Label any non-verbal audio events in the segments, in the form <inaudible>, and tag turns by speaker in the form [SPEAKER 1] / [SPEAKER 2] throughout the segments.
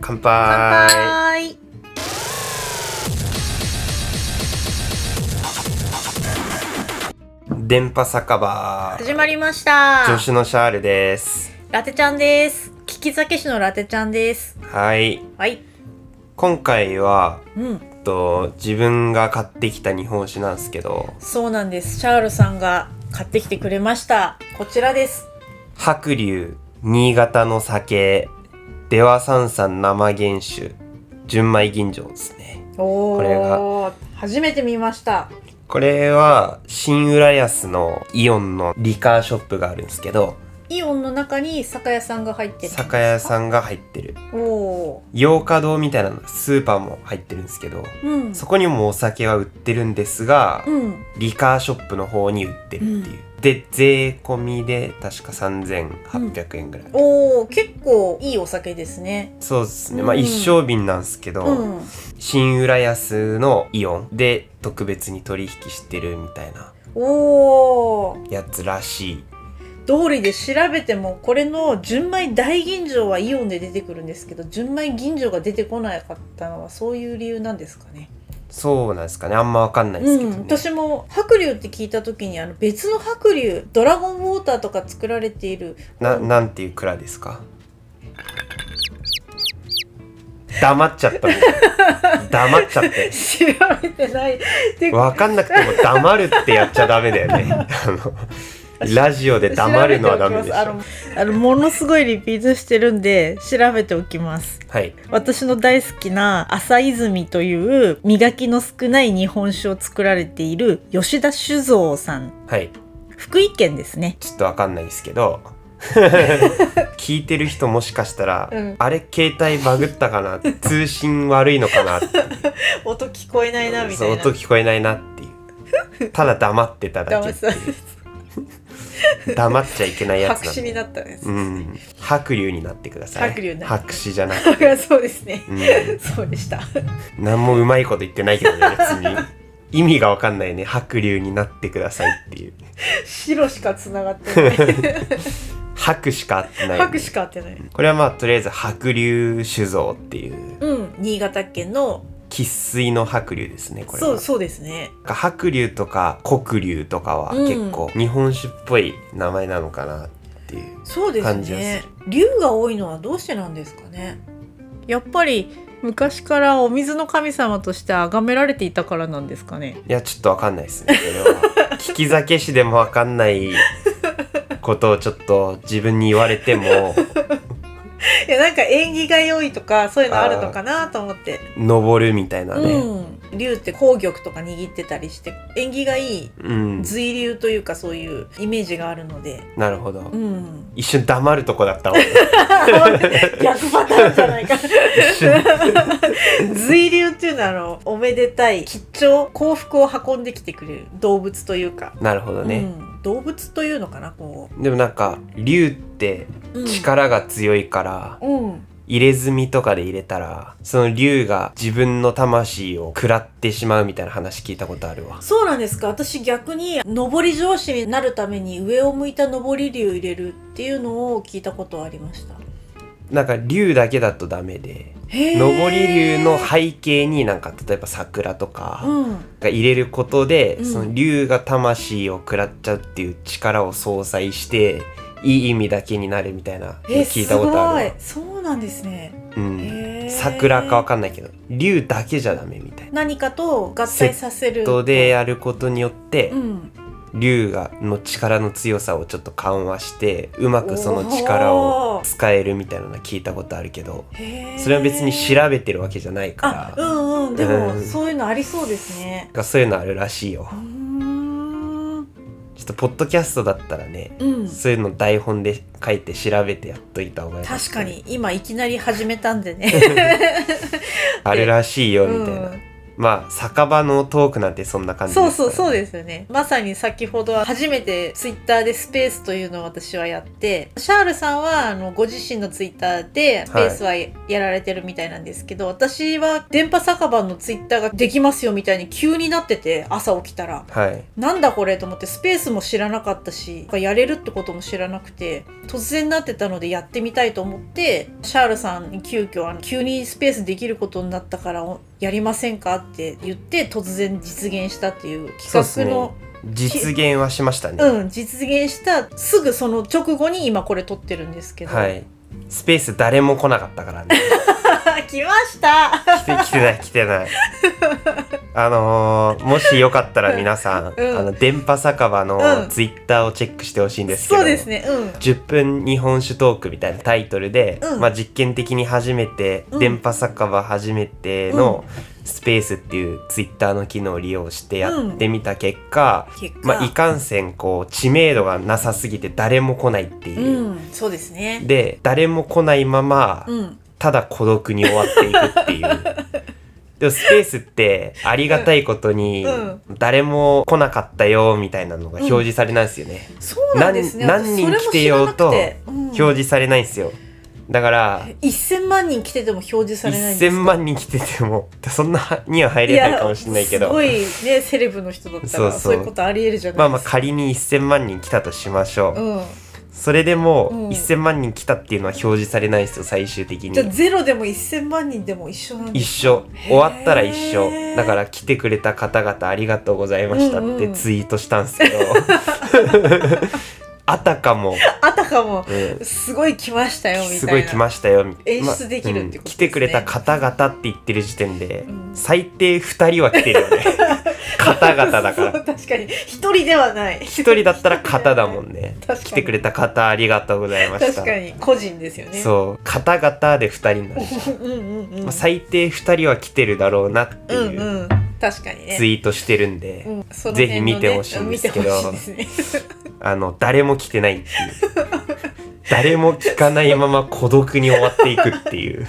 [SPEAKER 1] 乾
[SPEAKER 2] 乾
[SPEAKER 1] 杯
[SPEAKER 2] 杯
[SPEAKER 1] 電波酒場
[SPEAKER 2] 始まりました
[SPEAKER 1] 助手のシャールです
[SPEAKER 2] ラテちゃんです聞き酒師のラテちゃんです
[SPEAKER 1] はい
[SPEAKER 2] はい
[SPEAKER 1] 今回は
[SPEAKER 2] うん
[SPEAKER 1] えっと自分が買ってきた日本酒なんですけど
[SPEAKER 2] そうなんですシャールさんが買ってきてくれましたこちらです
[SPEAKER 1] 白龍新潟の酒出羽三山生原酒純米吟醸ですね
[SPEAKER 2] お
[SPEAKER 1] これが
[SPEAKER 2] お初めて見ました
[SPEAKER 1] これは新浦安のイオンのリカーショップがあるんですけど
[SPEAKER 2] イオンの中に酒屋さんが入ってる
[SPEAKER 1] 酒屋
[SPEAKER 2] ん
[SPEAKER 1] さんが入ってる
[SPEAKER 2] おお
[SPEAKER 1] 洋華堂みたいなのスーパーも入ってるんですけど
[SPEAKER 2] ーうん
[SPEAKER 1] そこにもお酒は売ってるんですが
[SPEAKER 2] うん
[SPEAKER 1] リカーショップの方に売ってるっていう、で税込みで確か3800円ぐらい、
[SPEAKER 2] おお結構いいお酒ですね
[SPEAKER 1] そうですねまあ
[SPEAKER 2] うん
[SPEAKER 1] 一升瓶なんですけど、
[SPEAKER 2] うん
[SPEAKER 1] 新浦安のイオンで特別に取引してるみたいな
[SPEAKER 2] おお
[SPEAKER 1] やつらしい
[SPEAKER 2] 通りで調べてもこれの純米大吟醸はイオンで出てくるんですけど純米吟醸が出てこなかったのはそういう理由なんですかね。
[SPEAKER 1] そうなんですかねあんまわかんないですけど
[SPEAKER 2] うん、
[SPEAKER 1] ね、
[SPEAKER 2] 私も白龍って聞いた時にあの別の白龍ドラゴンウォーターとか作られている
[SPEAKER 1] ななんていう蔵ですか黙っちゃったの黙っちゃって
[SPEAKER 2] 調べてないで調
[SPEAKER 1] わかんなくても黙るってやっちゃダメだよ
[SPEAKER 2] <laughs>
[SPEAKER 1] ねあのラジオで黙るのはダメで
[SPEAKER 2] べ
[SPEAKER 1] してょ
[SPEAKER 2] おきますあのあのものすごいリピートしてるんで調べておきます。
[SPEAKER 1] はい
[SPEAKER 2] 私の大好きな朝泉という磨きの少ない日本酒を作られている吉田酒造さん
[SPEAKER 1] はい
[SPEAKER 2] 福井県ですね
[SPEAKER 1] ちょっとわかんないですけ
[SPEAKER 2] <laughs>
[SPEAKER 1] ど聞いてる人もしかしたら、
[SPEAKER 2] うん
[SPEAKER 1] あれ携帯バグったかな通信悪いのかなって
[SPEAKER 2] 音聞こえないなみ
[SPEAKER 1] そ
[SPEAKER 2] た
[SPEAKER 1] う
[SPEAKER 2] いな
[SPEAKER 1] 音聞こえないなっていうただ黙ってただ
[SPEAKER 2] 騙
[SPEAKER 1] け
[SPEAKER 2] され
[SPEAKER 1] 黙っちゃいけないやつ
[SPEAKER 2] 白
[SPEAKER 1] なん
[SPEAKER 2] 紙
[SPEAKER 1] で
[SPEAKER 2] になったんです、
[SPEAKER 1] うん、白龍になってください
[SPEAKER 2] 白龍になって
[SPEAKER 1] 白紙じゃなくて、
[SPEAKER 2] そうですね
[SPEAKER 1] う
[SPEAKER 2] そうでした
[SPEAKER 1] ん、何もうまいこと言ってないけどね別に意味がわかんないね白龍になってくださいっていう
[SPEAKER 2] 白しかつながってない
[SPEAKER 1] 白しか合ってない、
[SPEAKER 2] 白しか合ってない
[SPEAKER 1] これはまあとりあえず白龍酒造っていう
[SPEAKER 2] うん新潟県の
[SPEAKER 1] 生粋の白龍ですねこれは
[SPEAKER 2] そうそうですね
[SPEAKER 1] 白龍とか黒龍とかは
[SPEAKER 2] うん
[SPEAKER 1] 結構日本酒っぽい名前なのかなっていう、
[SPEAKER 2] そうです
[SPEAKER 1] 感じがす
[SPEAKER 2] ね
[SPEAKER 1] る
[SPEAKER 2] 竜が多いのはどうしてなんですかねやっぱり昔からお水の神様として崇められていたからなんですかね
[SPEAKER 1] いやちょっとわかんないですねこれは聞き酒師でもわかんないことをちょっと自分に言われて
[SPEAKER 2] <laughs>
[SPEAKER 1] も
[SPEAKER 2] いやなんか縁起が良いとかそういうのあるのかなと思って
[SPEAKER 1] 登るみたいなね
[SPEAKER 2] うん、竜って紅玉とか握ってたりして縁起がいい
[SPEAKER 1] うん、
[SPEAKER 2] 随流というかそういうイメージがあるので、
[SPEAKER 1] なるほど、
[SPEAKER 2] うん、 <laughs>
[SPEAKER 1] 一瞬黙るとこだったわ
[SPEAKER 2] 逆パターンじゃな
[SPEAKER 1] <laughs>
[SPEAKER 2] いか
[SPEAKER 1] 一瞬
[SPEAKER 2] 随流っていうのはあのおめでたい吉兆幸福を運んできてくれる動物というか、
[SPEAKER 1] なるほどね、
[SPEAKER 2] うん、動物というのかなこ
[SPEAKER 1] でもなんか龍って
[SPEAKER 2] う、うん、
[SPEAKER 1] 力が強いから、
[SPEAKER 2] うん
[SPEAKER 1] 入れ墨とかで入れたらその竜が自分の魂を食らってしまうみたいな話聞いたことあるわ
[SPEAKER 2] そうなんですか私逆に上り上司になるために上を向いた上り竜入れるっていうのを聞いたことはありました
[SPEAKER 1] なんか竜だけだとダメで
[SPEAKER 2] へー
[SPEAKER 1] 上り竜の背景になんか例えば桜とか
[SPEAKER 2] うん
[SPEAKER 1] が入れることで、
[SPEAKER 2] うん
[SPEAKER 1] その竜が魂を食らっちゃうっていう力を相殺していい意味だけになるみたいなの
[SPEAKER 2] え
[SPEAKER 1] 聞いたことあるわ、
[SPEAKER 2] すごいそうなんですね
[SPEAKER 1] うん、
[SPEAKER 2] へー
[SPEAKER 1] 桜かわかんないけど竜だけじゃダメみたいな。
[SPEAKER 2] 何かと合体させる
[SPEAKER 1] ことでやることによって、
[SPEAKER 2] うん、
[SPEAKER 1] 龍がの力の強さをちょっと緩和してうまくその力を使えるみたいなのは聞いたことあるけど
[SPEAKER 2] へー
[SPEAKER 1] それは別に調べてるわけじゃないか
[SPEAKER 2] あ
[SPEAKER 1] ら
[SPEAKER 2] う
[SPEAKER 1] なん
[SPEAKER 2] うんでも
[SPEAKER 1] うん
[SPEAKER 2] そういうのありそうですね
[SPEAKER 1] んかそういうのあるらしいよ
[SPEAKER 2] うーんうん
[SPEAKER 1] ちょっとポッドキャストだったらねそういうの台本で書いて調べてやっといた方がいい <laughs>
[SPEAKER 2] 確かに今いきなり始めたんでね
[SPEAKER 1] あるらしいよみたいな、
[SPEAKER 2] うん
[SPEAKER 1] まあ酒場のトークなんてそんな感じ
[SPEAKER 2] そうそうそう
[SPEAKER 1] で
[SPEAKER 2] ですよねまさに先ほど初めてツイッターでスペースというのを私はやってシャールさんはあのご自身のツイッターでスペースはやられてるみたいなんですけど、私は電波酒場のツイッターができますよみたいに急になってて朝起きたら
[SPEAKER 1] すからはい
[SPEAKER 2] なんだこれと思ってスペースも知らなかったしやれるってことも知らなくて突然なってたのでやってみたいと思ってシャールさんに急遽あの急にスペースできることになったからおやりませんかって言って突然実現したっていう
[SPEAKER 1] そうっ
[SPEAKER 2] 企
[SPEAKER 1] す
[SPEAKER 2] 画
[SPEAKER 1] ね
[SPEAKER 2] の
[SPEAKER 1] 実現はしましたね、
[SPEAKER 2] う、ん、実現したすぐその直後に今これ撮ってるんですけど、
[SPEAKER 1] はいスペース誰も来なかったからね
[SPEAKER 2] <laughs> 来ました
[SPEAKER 1] 来て来てない来てないあのーもしよかったら皆さん、
[SPEAKER 2] <laughs> うん
[SPEAKER 1] あの電波酒場
[SPEAKER 2] う
[SPEAKER 1] の
[SPEAKER 2] ん
[SPEAKER 1] ツイッターをチェックしてほしいんですけど
[SPEAKER 2] そうですねうん
[SPEAKER 1] 10分日本酒トークみたいなタイトルで、
[SPEAKER 2] うん
[SPEAKER 1] まあ、実験的に初めて、
[SPEAKER 2] うん
[SPEAKER 1] 電波酒場初めてのスペースっていうツイッターの機能を利用してやってみた結果、
[SPEAKER 2] 結果、
[SPEAKER 1] まあ、いかんせんこう知名度がなさすぎて誰も来ないって
[SPEAKER 2] う
[SPEAKER 1] いう。
[SPEAKER 2] んそうですね
[SPEAKER 1] で誰も来ないまま、
[SPEAKER 2] うん
[SPEAKER 1] ただ孤独に終わっていくっていう
[SPEAKER 2] <laughs>
[SPEAKER 1] でもスペースってありがたいことに、
[SPEAKER 2] うん
[SPEAKER 1] 誰も来なかったよみたいなのが表示されないんですよね、
[SPEAKER 2] そうなんですね
[SPEAKER 1] 何
[SPEAKER 2] 私それも
[SPEAKER 1] 何人来てようと
[SPEAKER 2] 知らなくてうん
[SPEAKER 1] 表示されないんですよだから
[SPEAKER 2] 1000万人来てても表示されないんです
[SPEAKER 1] 1000万人来ててもそんなには入れないかもしれないけ
[SPEAKER 2] やす
[SPEAKER 1] ど
[SPEAKER 2] ごいねセレブの人だった
[SPEAKER 1] そう
[SPEAKER 2] ら
[SPEAKER 1] そう
[SPEAKER 2] そういうことありえるじゃ
[SPEAKER 1] ま
[SPEAKER 2] な
[SPEAKER 1] あ
[SPEAKER 2] い
[SPEAKER 1] まあ
[SPEAKER 2] ですか。
[SPEAKER 1] 仮に1000万人来たとしましょう、
[SPEAKER 2] うん、
[SPEAKER 1] それでも
[SPEAKER 2] うん
[SPEAKER 1] 1000万人来たっていうのは表示されないですよ最終的
[SPEAKER 2] じゃあ
[SPEAKER 1] に
[SPEAKER 2] ゼロでも1000万人でも一緒なんで
[SPEAKER 1] 一
[SPEAKER 2] す
[SPEAKER 1] 緒終わったら一緒
[SPEAKER 2] へー
[SPEAKER 1] だから来てくれた方々ありがとうございました
[SPEAKER 2] うん
[SPEAKER 1] っ
[SPEAKER 2] う
[SPEAKER 1] て
[SPEAKER 2] ん
[SPEAKER 1] ツイートしたんですけ
[SPEAKER 2] <laughs>
[SPEAKER 1] ど、あたかも、
[SPEAKER 2] あたかも
[SPEAKER 1] うん
[SPEAKER 2] すごい来ましたよみたいな
[SPEAKER 1] すごい来ましたよみたいな
[SPEAKER 2] 演出できるってことですね
[SPEAKER 1] 来てくれた方々って言ってる時点で、
[SPEAKER 2] うん
[SPEAKER 1] 最低2人は来てるよ
[SPEAKER 2] <laughs>
[SPEAKER 1] ね方々だか
[SPEAKER 2] そ
[SPEAKER 1] ら
[SPEAKER 2] う <laughs> 確かに一人ではない
[SPEAKER 1] 一人だったら型だもんね
[SPEAKER 2] 確かに
[SPEAKER 1] 来てくれた方ありがとうございました
[SPEAKER 2] 確かに個人ですよね
[SPEAKER 1] そう型型で二人になる、
[SPEAKER 2] うんうんうん、
[SPEAKER 1] まあ、最低二人は来てるだろうなって
[SPEAKER 2] うん
[SPEAKER 1] いう
[SPEAKER 2] うん確かにね
[SPEAKER 1] ツイートしてるんで、
[SPEAKER 2] うんその
[SPEAKER 1] ぜ
[SPEAKER 2] 辺
[SPEAKER 1] ひ見
[SPEAKER 2] のね
[SPEAKER 1] てほしいんですけど
[SPEAKER 2] 見てほしいですね <laughs>
[SPEAKER 1] あの誰も来てないっていう誰も聞かないまま孤独に終わっていくって
[SPEAKER 2] <laughs>
[SPEAKER 1] いう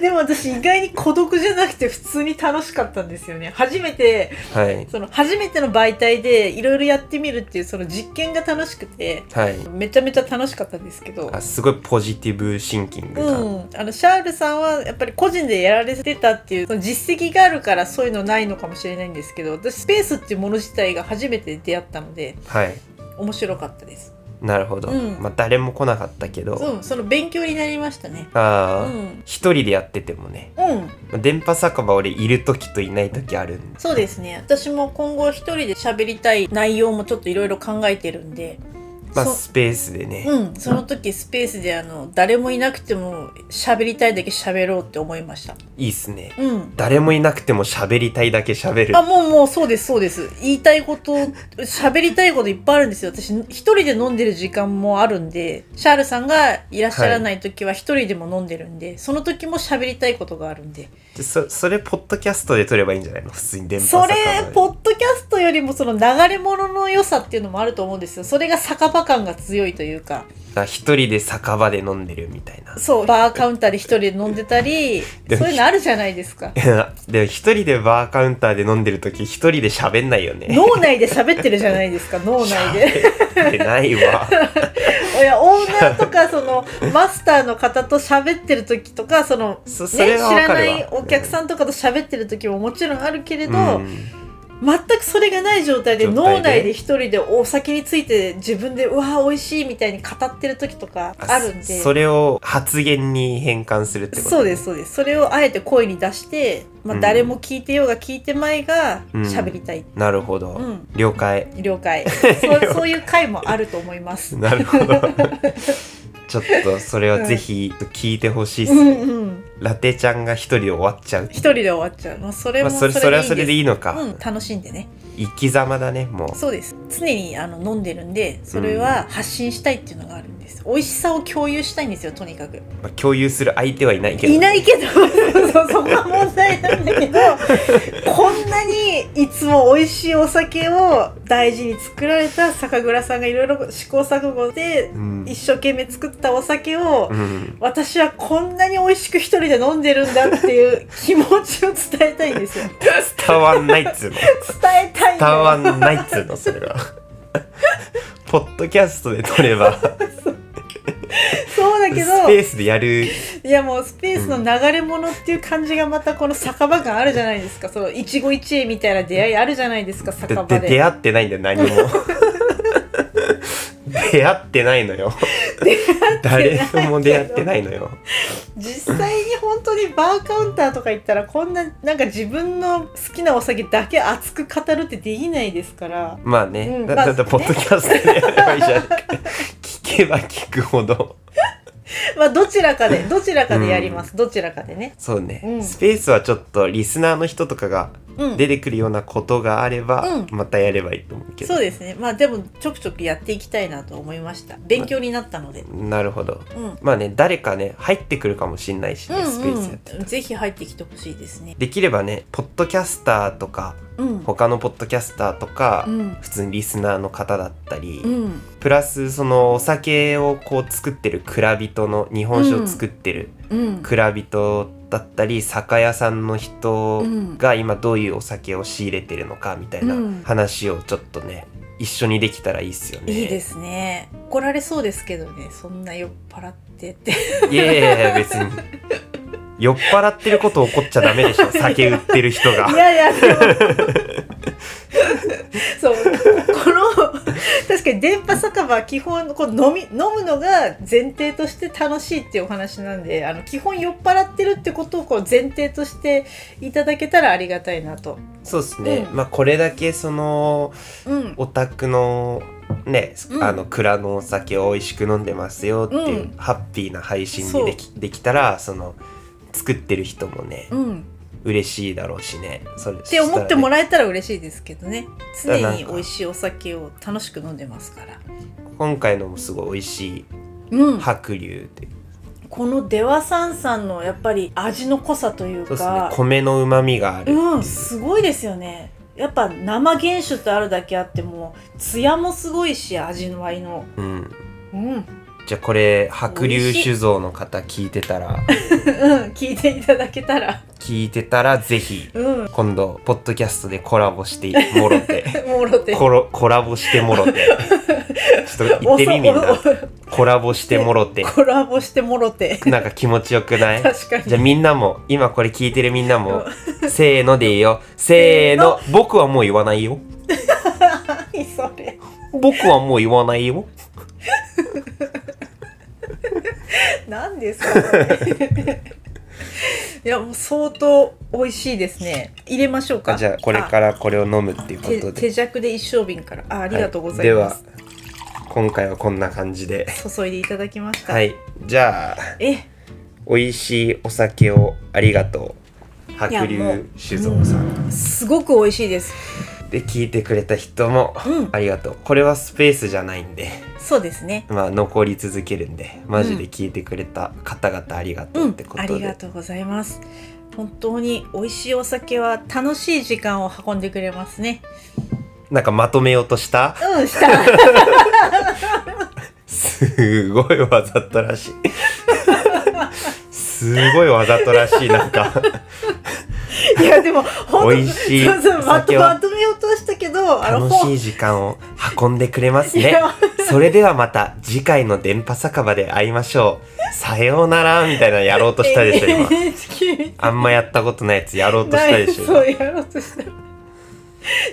[SPEAKER 2] でも私意外に孤独じゃなくて普通に楽しかったんですよね初めて
[SPEAKER 1] はい
[SPEAKER 2] その初めての媒体でいろいろやってみるっていうその実験が楽しくて
[SPEAKER 1] はい
[SPEAKER 2] めちゃめちゃ楽しかったんですけど。
[SPEAKER 1] あすごいポジティブシンキング
[SPEAKER 2] う
[SPEAKER 1] が、
[SPEAKER 2] ん、あのシャールさんはやっぱり個人でやられてたっていうその実績があるからそういうのないのかもしれないんですけど私スペースっていうもの自体が初めて出会ったので
[SPEAKER 1] はい
[SPEAKER 2] 面白かったです
[SPEAKER 1] なるほど、
[SPEAKER 2] うん
[SPEAKER 1] まあ誰も来なかったけど、
[SPEAKER 2] うんその勉強になりましたねう
[SPEAKER 1] ああ、
[SPEAKER 2] ん、
[SPEAKER 1] 一人でやっててもね
[SPEAKER 2] うん、
[SPEAKER 1] まあ電波酒場俺いる時といない時あるんで
[SPEAKER 2] そうですね私も今後一人で喋りたい内容もちょっといろいろ考えてるんで
[SPEAKER 1] まあ
[SPEAKER 2] そ
[SPEAKER 1] スペースでね、
[SPEAKER 2] うん、その時スペースであの誰もいなくても喋りたいだけ喋ろうって思いました。
[SPEAKER 1] いいっすね
[SPEAKER 2] うん。
[SPEAKER 1] 誰もいなくても喋りたいだけ喋る
[SPEAKER 2] あ、もうもうそうですそうです。言いたいこと、喋りたいこといっぱいあるんですよ。私一人で飲んでる時間もあるんで、シャールさんがいらっしゃらない時は一人でも飲んでるんで、その時も喋りたいことがあるんで。
[SPEAKER 1] そそれポッドキャストで撮ればいいんじゃないの普通に電波
[SPEAKER 2] それ
[SPEAKER 1] 酒場で、
[SPEAKER 2] ポッドキャストよりもその流れ物の良さっていうのもあると思うんですよ。それが酒場感が強いというか、
[SPEAKER 1] あ一人で酒場で飲んでるみたいな
[SPEAKER 2] そう、バーカウンターで一人で飲んでたり、
[SPEAKER 1] でも
[SPEAKER 2] そういうのあるじゃないですか。
[SPEAKER 1] <laughs> でも一人でバーカウンターで飲んでる時一人で喋んないよね
[SPEAKER 2] 脳内で喋ってるじゃない
[SPEAKER 1] <laughs>
[SPEAKER 2] ですか脳内で
[SPEAKER 1] 喋ってないわ
[SPEAKER 2] いやオーナーとかそ
[SPEAKER 1] <laughs>
[SPEAKER 2] のマスターの方と喋ってる時とかその
[SPEAKER 1] そそ
[SPEAKER 2] ね、
[SPEAKER 1] れ
[SPEAKER 2] 知
[SPEAKER 1] はわ
[SPEAKER 2] ら
[SPEAKER 1] か
[SPEAKER 2] な
[SPEAKER 1] るわ
[SPEAKER 2] いお客さんとかと喋ってる時ももちろんあるけれど、
[SPEAKER 1] うん
[SPEAKER 2] 全くそれがない状態で
[SPEAKER 1] 状態で
[SPEAKER 2] 脳内で一人でお酒について自分でうわー美味しいみたいに語ってる時とかあるんで
[SPEAKER 1] そそれを発言に変換するってこと
[SPEAKER 2] そうですそうですそれをあえて声に出して、まあ、
[SPEAKER 1] うん
[SPEAKER 2] 誰も聞いてようが聞いてまいが
[SPEAKER 1] うん
[SPEAKER 2] 喋りたい、
[SPEAKER 1] なるほど、
[SPEAKER 2] うん
[SPEAKER 1] 了解
[SPEAKER 2] 了
[SPEAKER 1] <laughs>
[SPEAKER 2] 解そうそういう回もあると思います。
[SPEAKER 1] なるほど <laughs> ちょっとそれはぜひ聞いてほしいっす、
[SPEAKER 2] うんうん
[SPEAKER 1] ラテちゃんが一人で終わっちゃう
[SPEAKER 2] 一人で終わっちゃう、まあ、それ
[SPEAKER 1] ま
[SPEAKER 2] も
[SPEAKER 1] あ、それそれはそれで
[SPEAKER 2] いい
[SPEAKER 1] いいの
[SPEAKER 2] で
[SPEAKER 1] か、
[SPEAKER 2] すうん、楽しんでね
[SPEAKER 1] 生き様だねもう
[SPEAKER 2] そうです常にあの飲んでるんでそれは発信したいっていうのがあるんで、です美味しさを共有したいんですよとにかく
[SPEAKER 1] まあ、共有する相手はいないけど
[SPEAKER 2] いないけど <laughs> そうそこが問題なんだ
[SPEAKER 1] <laughs>
[SPEAKER 2] けどこんなにいつも美味しいお酒を大事に作られた酒蔵さんがいろいろ試行錯誤で
[SPEAKER 1] うん
[SPEAKER 2] 一生懸命作ったお酒を、
[SPEAKER 1] うん
[SPEAKER 2] 私はこんなに美味しく一人で飲んでるんだっていう気持ちを伝えたいん
[SPEAKER 1] <laughs>
[SPEAKER 2] ですよ伝
[SPEAKER 1] 伝わんないっつうの
[SPEAKER 2] えたいんだ
[SPEAKER 1] 伝
[SPEAKER 2] よ
[SPEAKER 1] わんないっつうのそれ
[SPEAKER 2] <laughs>
[SPEAKER 1] はポッドキャストで撮れば
[SPEAKER 2] そうだ
[SPEAKER 1] ス
[SPEAKER 2] けど
[SPEAKER 1] ペースでやる
[SPEAKER 2] いやもうスペースの流れ物っていう感じがまたこの酒場感あるじゃないですかその一期一会みたいな出会いあるじゃないですか
[SPEAKER 1] で
[SPEAKER 2] 酒場
[SPEAKER 1] で出
[SPEAKER 2] で
[SPEAKER 1] 会ってないんだよ何も
[SPEAKER 2] <laughs>
[SPEAKER 1] 出会ってないのよ誰とも出会ってないのよ
[SPEAKER 2] 実際に本当にバーカウンターとか行ったらこんななんか自分の好きなお酒だけ熱く語るってできないですから
[SPEAKER 1] まあね、
[SPEAKER 2] うん
[SPEAKER 1] だ
[SPEAKER 2] まあ
[SPEAKER 1] だってポッドキャストでやればいいじゃん聞けば聞くほど
[SPEAKER 2] まあどちらかでどちらかでやります、どちらかでね
[SPEAKER 1] そうね、
[SPEAKER 2] うん
[SPEAKER 1] スペースはちょっとリスナーの人とかが
[SPEAKER 2] うん
[SPEAKER 1] 出てくるようなことがあれば、
[SPEAKER 2] うん
[SPEAKER 1] またやればいいと思うけど
[SPEAKER 2] そうですねまあでもちょくちょくやっていきたいなと思いました勉強になったので、
[SPEAKER 1] なるほど
[SPEAKER 2] うん
[SPEAKER 1] まあね誰かね入ってくるかもしんないしね、スペースやって
[SPEAKER 2] うんうん、ぜひ入ってきてほしいですね
[SPEAKER 1] できればねポッドキャスターとか
[SPEAKER 2] うん
[SPEAKER 1] 他のポッドキャスターとか、
[SPEAKER 2] うん
[SPEAKER 1] 普通にリスナーの方だったり、
[SPEAKER 2] うん
[SPEAKER 1] プラスそのお酒をこう作ってる蔵人の日本酒を作ってる
[SPEAKER 2] うん
[SPEAKER 1] 蔵人だったり酒屋さんの人
[SPEAKER 2] うん
[SPEAKER 1] が今どういうお酒を仕入れてるのかみたいな
[SPEAKER 2] うん
[SPEAKER 1] 話をちょっとね一緒にできたらいいっすよね。。
[SPEAKER 2] いいですすね怒られそうですけどねそんな酔っ払ってって
[SPEAKER 1] いやいやいや別に酔っ払ってることを怒っちゃダメでしょ酒売ってる人が
[SPEAKER 2] い。や
[SPEAKER 1] <laughs>
[SPEAKER 2] いやでもそうこの確かに電波酒場は基本こう飲み飲むのが前提として楽しいっていうお話なんであの基本酔っ払ってるってことをこう前提としていただけたらありがたいなと。
[SPEAKER 1] そうですね、
[SPEAKER 2] うん
[SPEAKER 1] まあこれだけその
[SPEAKER 2] うん
[SPEAKER 1] お宅のね、
[SPEAKER 2] うん
[SPEAKER 1] あの蔵のお酒を美味しく飲んでますよっていう、
[SPEAKER 2] うん
[SPEAKER 1] ハッピーな配信にできできたらその作ってる人もね、
[SPEAKER 2] うん、っ
[SPEAKER 1] 嬉しいだろうしねそれって
[SPEAKER 2] 思っても
[SPEAKER 1] ら
[SPEAKER 2] らえたら嬉しいですけどね常
[SPEAKER 1] なん
[SPEAKER 2] に
[SPEAKER 1] か
[SPEAKER 2] 美味しいお酒を楽しく飲んでますから、
[SPEAKER 1] 今回のもすごい美味しい
[SPEAKER 2] うん、
[SPEAKER 1] 白龍って、
[SPEAKER 2] この出羽さんさんのやっぱり味の濃さという
[SPEAKER 1] そうですね
[SPEAKER 2] か
[SPEAKER 1] 米のうまみがある、
[SPEAKER 2] うんすごいですよねやっぱ生原酒ってあるだけあっても艶もすごいし味の割の
[SPEAKER 1] うん
[SPEAKER 2] うん、うん、
[SPEAKER 1] じゃあこれ白龍酒造の方聞いてたら
[SPEAKER 2] 聞いていただけたら
[SPEAKER 1] 聞いてたらぜひ
[SPEAKER 2] うん
[SPEAKER 1] 今度ポッドキャストでコラボしてもろて。
[SPEAKER 2] <laughs> もろて
[SPEAKER 1] コロコラボしてもろ
[SPEAKER 2] <laughs>
[SPEAKER 1] てちょっと言ってみみんなコラボしてもろて
[SPEAKER 2] おそコラボしてもろて
[SPEAKER 1] なんか気持ちよくない
[SPEAKER 2] 確かに
[SPEAKER 1] じゃあみんなも今これ聞いてるみんなもせーのでいいよせーの僕はもう言わないよ
[SPEAKER 2] 何それ
[SPEAKER 1] 僕はもう言わないよ
[SPEAKER 2] 何ですかそれいやもう相当美味しいですね入れましょうか
[SPEAKER 1] あじゃあこれからこれを飲むっていうこ
[SPEAKER 2] 手
[SPEAKER 1] とで
[SPEAKER 2] 手弱で一升瓶からああ
[SPEAKER 1] あ
[SPEAKER 2] りがとうございます、
[SPEAKER 1] では今回はこんな感じで
[SPEAKER 2] 注いでいただきました、
[SPEAKER 1] はいじゃあ
[SPEAKER 2] え
[SPEAKER 1] 美味しいお酒をありがとう白
[SPEAKER 2] いやも
[SPEAKER 1] 龍
[SPEAKER 2] う
[SPEAKER 1] 酒造さん
[SPEAKER 2] すごく美味しいです
[SPEAKER 1] で聞いてくれた人も
[SPEAKER 2] うん
[SPEAKER 1] ありがとうこれはスペースじゃないんで
[SPEAKER 2] そうですね
[SPEAKER 1] まあ残り続けるんでマジで聞いてくれた方々ありがと
[SPEAKER 2] う
[SPEAKER 1] うんってこ
[SPEAKER 2] あ
[SPEAKER 1] と
[SPEAKER 2] りが
[SPEAKER 1] で、
[SPEAKER 2] とうございます本当に美味しいお酒は楽しい時間を運んでくれますね
[SPEAKER 1] なんかまとめようとした
[SPEAKER 2] うんした <laughs>
[SPEAKER 1] すごいわざとらし
[SPEAKER 2] <laughs>
[SPEAKER 1] いすごいわざとらしいなん
[SPEAKER 2] <laughs>
[SPEAKER 1] か
[SPEAKER 2] いやでも本当
[SPEAKER 1] 美味しい
[SPEAKER 2] そうそうまと
[SPEAKER 1] 酒は
[SPEAKER 2] まとめようとしたけどあの
[SPEAKER 1] 楽しい時間を運んでくれます
[SPEAKER 2] 本い
[SPEAKER 1] ね
[SPEAKER 2] や <laughs>
[SPEAKER 1] それではまた次回の電波酒場で会いましょうさようならみたいなのやろうとしたでしょ今
[SPEAKER 2] NHK <laughs> み
[SPEAKER 1] あんまやったことないやつやろうと
[SPEAKER 2] た
[SPEAKER 1] し
[SPEAKER 2] い
[SPEAKER 1] たでしょ
[SPEAKER 2] そうやろうとした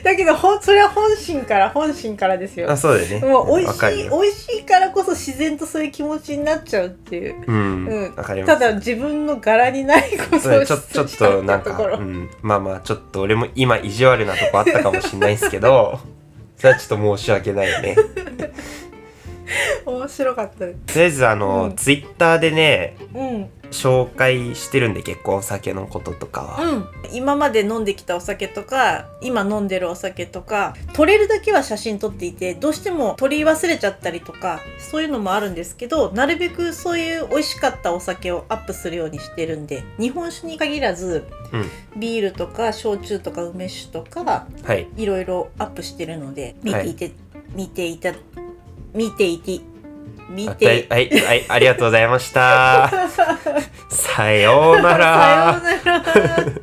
[SPEAKER 2] だけどほんそれは本心から本心からです
[SPEAKER 1] 今あ
[SPEAKER 2] よ
[SPEAKER 1] そうだよね
[SPEAKER 2] もう美味
[SPEAKER 1] わか
[SPEAKER 2] し
[SPEAKER 1] る
[SPEAKER 2] い
[SPEAKER 1] よ
[SPEAKER 2] 美味しいからこそ自然とそういう気持ちになっちゃうっていう
[SPEAKER 1] うんわ、
[SPEAKER 2] うん
[SPEAKER 1] かります
[SPEAKER 2] ただ自分の柄にない
[SPEAKER 1] そ
[SPEAKER 2] こ
[SPEAKER 1] う
[SPEAKER 2] と
[SPEAKER 1] ね
[SPEAKER 2] を
[SPEAKER 1] ちょ
[SPEAKER 2] し
[SPEAKER 1] ちょっ
[SPEAKER 2] した
[SPEAKER 1] と
[SPEAKER 2] っ
[SPEAKER 1] な
[SPEAKER 2] た
[SPEAKER 1] んか、
[SPEAKER 2] ところ
[SPEAKER 1] うん、まあまあちょっと俺も今意地悪な <laughs> とこあったかもしれないんですけどそれはちょっと申し訳ないよね
[SPEAKER 2] 面白かったです
[SPEAKER 1] とりあえずあの、
[SPEAKER 2] うん
[SPEAKER 1] ツイッターでね
[SPEAKER 2] うん
[SPEAKER 1] 紹介してるんで結構お酒のこととかは、
[SPEAKER 2] うん、今まで飲んできたお酒とか今飲んでるお酒とか撮れるだけは写真撮っていてどうしても撮り忘れちゃったりとかそういうのもあるんですけどなるべくそういう美味しかったお酒をアップするようにしてるんで日本酒に限らず、ビールとか焼酎とか梅酒とか
[SPEAKER 1] はい
[SPEAKER 2] いろいろアップしてるので見
[SPEAKER 1] は
[SPEAKER 2] て
[SPEAKER 1] い
[SPEAKER 2] いて、見ていた見ていて見
[SPEAKER 1] あ
[SPEAKER 2] て
[SPEAKER 1] はいはい、はい、ありがとうございましたさようなら
[SPEAKER 2] さようなら